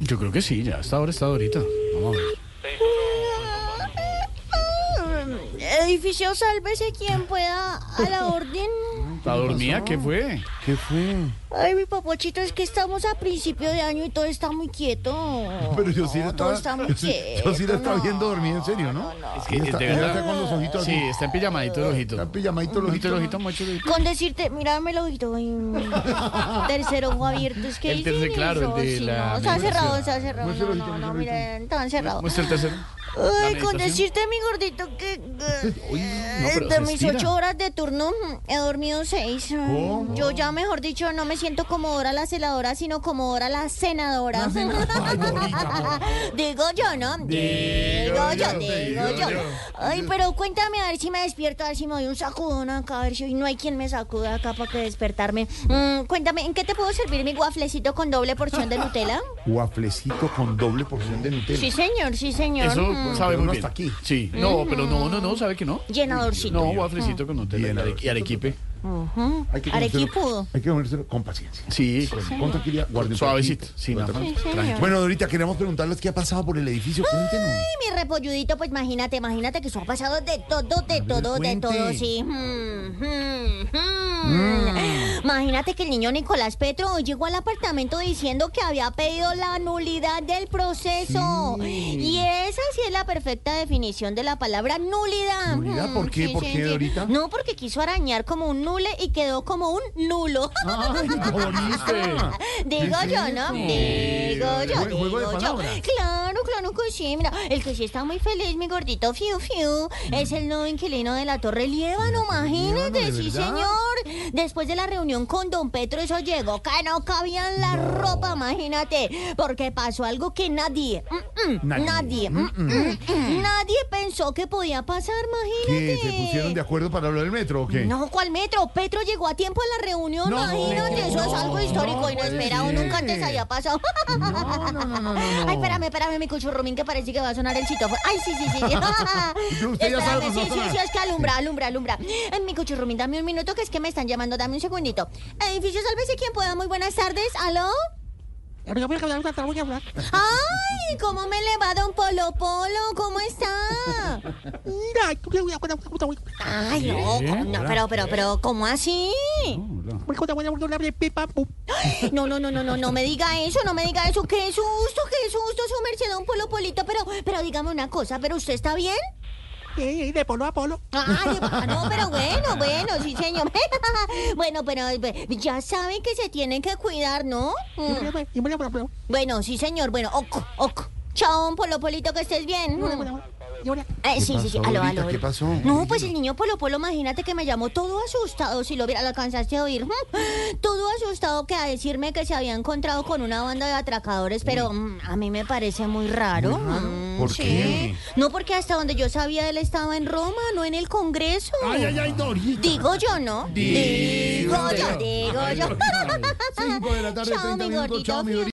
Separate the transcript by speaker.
Speaker 1: Yo creo que sí, ya está ahora, está ahorita. Vamos a ver.
Speaker 2: Edificio, sálvese quien pueda a la orden.
Speaker 1: ¿La dormida qué fue?
Speaker 3: ¿Qué fue?
Speaker 2: Ay, mi papochito, es que estamos a principio de año y todo está muy quieto.
Speaker 3: Pero yo sí la
Speaker 2: No,
Speaker 3: estaba-
Speaker 2: todo está muy
Speaker 3: yo sí-
Speaker 2: quieto.
Speaker 3: yo sí la estaba viendo dormida,
Speaker 2: dormida
Speaker 3: en serio, ¿no?
Speaker 1: Es que
Speaker 3: Ella
Speaker 1: de
Speaker 3: está, ella
Speaker 1: verdad-
Speaker 3: está con los ojitos
Speaker 1: Sí,
Speaker 3: así.
Speaker 1: está en pijamadito el ojito.
Speaker 3: Está pijamadito el
Speaker 1: Mucho
Speaker 3: ojito.
Speaker 1: el ojito, mucho el ojito.
Speaker 2: Con decirte, mírame el ojito. ay, mm, tercer ojo abierto, es que
Speaker 1: El
Speaker 2: dicen
Speaker 1: tercer, claro,
Speaker 2: eso,
Speaker 1: el de
Speaker 2: sí,
Speaker 1: la
Speaker 2: no, está
Speaker 1: meditación.
Speaker 2: cerrado, está cerrado.
Speaker 3: Muestra
Speaker 2: No,
Speaker 3: el
Speaker 2: no,
Speaker 3: ojito,
Speaker 2: no,
Speaker 3: muestra el
Speaker 2: miren, está cerrado.
Speaker 1: Muestra el tercero.
Speaker 2: Ay,
Speaker 1: La
Speaker 2: con
Speaker 1: meditación.
Speaker 2: decirte, mi gordito, que eh,
Speaker 1: no, pero
Speaker 2: de
Speaker 1: se
Speaker 2: mis
Speaker 1: estira.
Speaker 2: ocho horas de turno mm, he dormido seis. Mm, Yo ya, mejor dicho, no me siento como hora la celadora, sino como hora la senadora. digo yo, ¿no? Digo yo, digo yo. Ay, pero cuéntame a ver si me despierto, a ver si me doy un sacudón acá, a ver si hoy no hay quien me sacuda acá para que despertarme. Mm, cuéntame, ¿en qué te puedo servir mi guaflecito con doble porción de Nutella?
Speaker 3: Guaflecito con doble porción de Nutella.
Speaker 2: Sí, señor, sí, señor.
Speaker 1: Eso
Speaker 2: Mm,
Speaker 1: sabe
Speaker 3: pero
Speaker 1: muy
Speaker 3: no
Speaker 1: bien.
Speaker 3: hasta aquí.
Speaker 1: Sí. No, pero no, no, no, ¿sabe que no?
Speaker 2: Llenadorcito.
Speaker 1: No, guaflecito con Nutella y are- y arequipe.
Speaker 2: Ujú.
Speaker 3: Hay que comérselo-
Speaker 2: Arequipo.
Speaker 3: Hay que comérselo con paciencia.
Speaker 1: Sí, con-
Speaker 3: Con tranquilidad. guarden
Speaker 1: suavecito.
Speaker 3: tranquilidad.
Speaker 1: Sí, nada más.
Speaker 2: Sí, señor.
Speaker 1: Tranquilo.
Speaker 3: Bueno, Dorita, queremos preguntarles qué ha pasado por el edificio.
Speaker 2: Ah,
Speaker 3: Cuéntenos.
Speaker 2: Ay, mi repolludito, pues imagínate, imagínate que eso ha pasado de todo, de todo, de
Speaker 3: cuente.
Speaker 2: todo, sí. Mm, mm, mm. Imagínate que el niño Nicolás Petro hoy llegó al apartamento diciendo que había pedido la nulidad del proceso. Y esa sí es la perfecta definición de la palabra nulidad. Mm,
Speaker 3: ¿Nulidad? ¿Por qué? ¿Por qué, Dorita?
Speaker 2: No, porque quiso arañar como un nule y quedó como un nulo.
Speaker 3: Ay, Dorita.
Speaker 2: Digo
Speaker 3: ¿Qué es
Speaker 2: yo, ¿no?
Speaker 3: eso?
Speaker 2: Digo yo,
Speaker 3: Jue- juego de
Speaker 2: digo yo.
Speaker 3: palabras.
Speaker 2: Claro, claro que sí. Mira, el que sí está muy feliz, mi gordito Fiu Fiu, es el nuevo inquilino de la Torre Liébano,
Speaker 3: ¿de
Speaker 2: imagínate, sí,
Speaker 3: verdad?
Speaker 2: señor. Después de la reunión con Don Petro, eso llegó que no cabían la ropa, imagínate, porque pasó algo que nadie, mm, mm,
Speaker 3: Nadie.
Speaker 2: nadie, mm, mm, nadie pensó que podía pasar,
Speaker 3: ¿Qué?
Speaker 2: imagínate.
Speaker 3: ¿Se pusieron de acuerdo para hablar del metro o qué?
Speaker 2: No, ¿cuál metro? Petro llegó a tiempo a la reunión,
Speaker 3: No,
Speaker 2: imagínate, eso es algo
Speaker 3: no,
Speaker 2: histórico,
Speaker 3: no
Speaker 2: inesperado,
Speaker 3: puede ser.
Speaker 2: nunca antes había pasado.
Speaker 3: No, no, no, no, no, no.
Speaker 2: Ay, espérame, espérame, mi cuchurrumín, que parece que va a sonar el citófono. Ay, sí, sí, sí.
Speaker 3: Usted ya sabe
Speaker 2: Espérame,
Speaker 3: cómo
Speaker 2: sí,
Speaker 3: va a
Speaker 2: sí,
Speaker 3: sonar.
Speaker 2: sí, es que alumbra, alumbra, alumbra. Ay, mi cuchurrumín, dame un minuto, que es que me están llamando, dame un segundito. Edificio, sálvese quien pueda, muy buenas tardes, ¿aló? Ay, ¿cómo me le va don Polo Polo? ¿Cómo está? Ay, no, ¿cómo? no, pero, pero, pero, ¿cómo así?
Speaker 1: eh.
Speaker 2: No, no, no, no, no, no me diga eso, no me diga eso. Qué susto, qué susto, su merced, don Polo Polito. Pero, pero dígame una cosa, ¿pero usted está bien?
Speaker 4: de polo a polo.
Speaker 2: Ay, ah, no, pero bueno, bueno, sí, señor. bueno, pero eh, ya saben que se tienen que cuidar, ¿no? Mm. Bueno, sí, señor, bueno, ok, ok. Chao, don Polo Polito, que estés bien. Mm. Eh, sí,
Speaker 3: ¿Qué
Speaker 2: sí, sí,
Speaker 3: pasó,
Speaker 2: aló,
Speaker 3: Lolita?
Speaker 2: aló.
Speaker 3: ¿Qué pasó?
Speaker 2: No, pues el niño Polo Polo, imagínate que me llamó todo asustado, si lo hubiera, lo alcanzaste a oír. Mm, Todo asustado que a decirme que se había encontrado con una banda de atracadores, pero mm, a mí me parece muy raro. Mm,
Speaker 3: ¿Por qué?
Speaker 2: No, porque hasta donde yo sabía él estaba en Roma, no en el Congreso.
Speaker 3: Ay, ay, ay, Dorita.
Speaker 2: Digo yo, ¿no? Digo yo, digo yo.
Speaker 3: Cinco de la tarde, 30
Speaker 2: Chao, mi
Speaker 3: minutos. Chao, mi
Speaker 2: gordito.
Speaker 3: Dorita.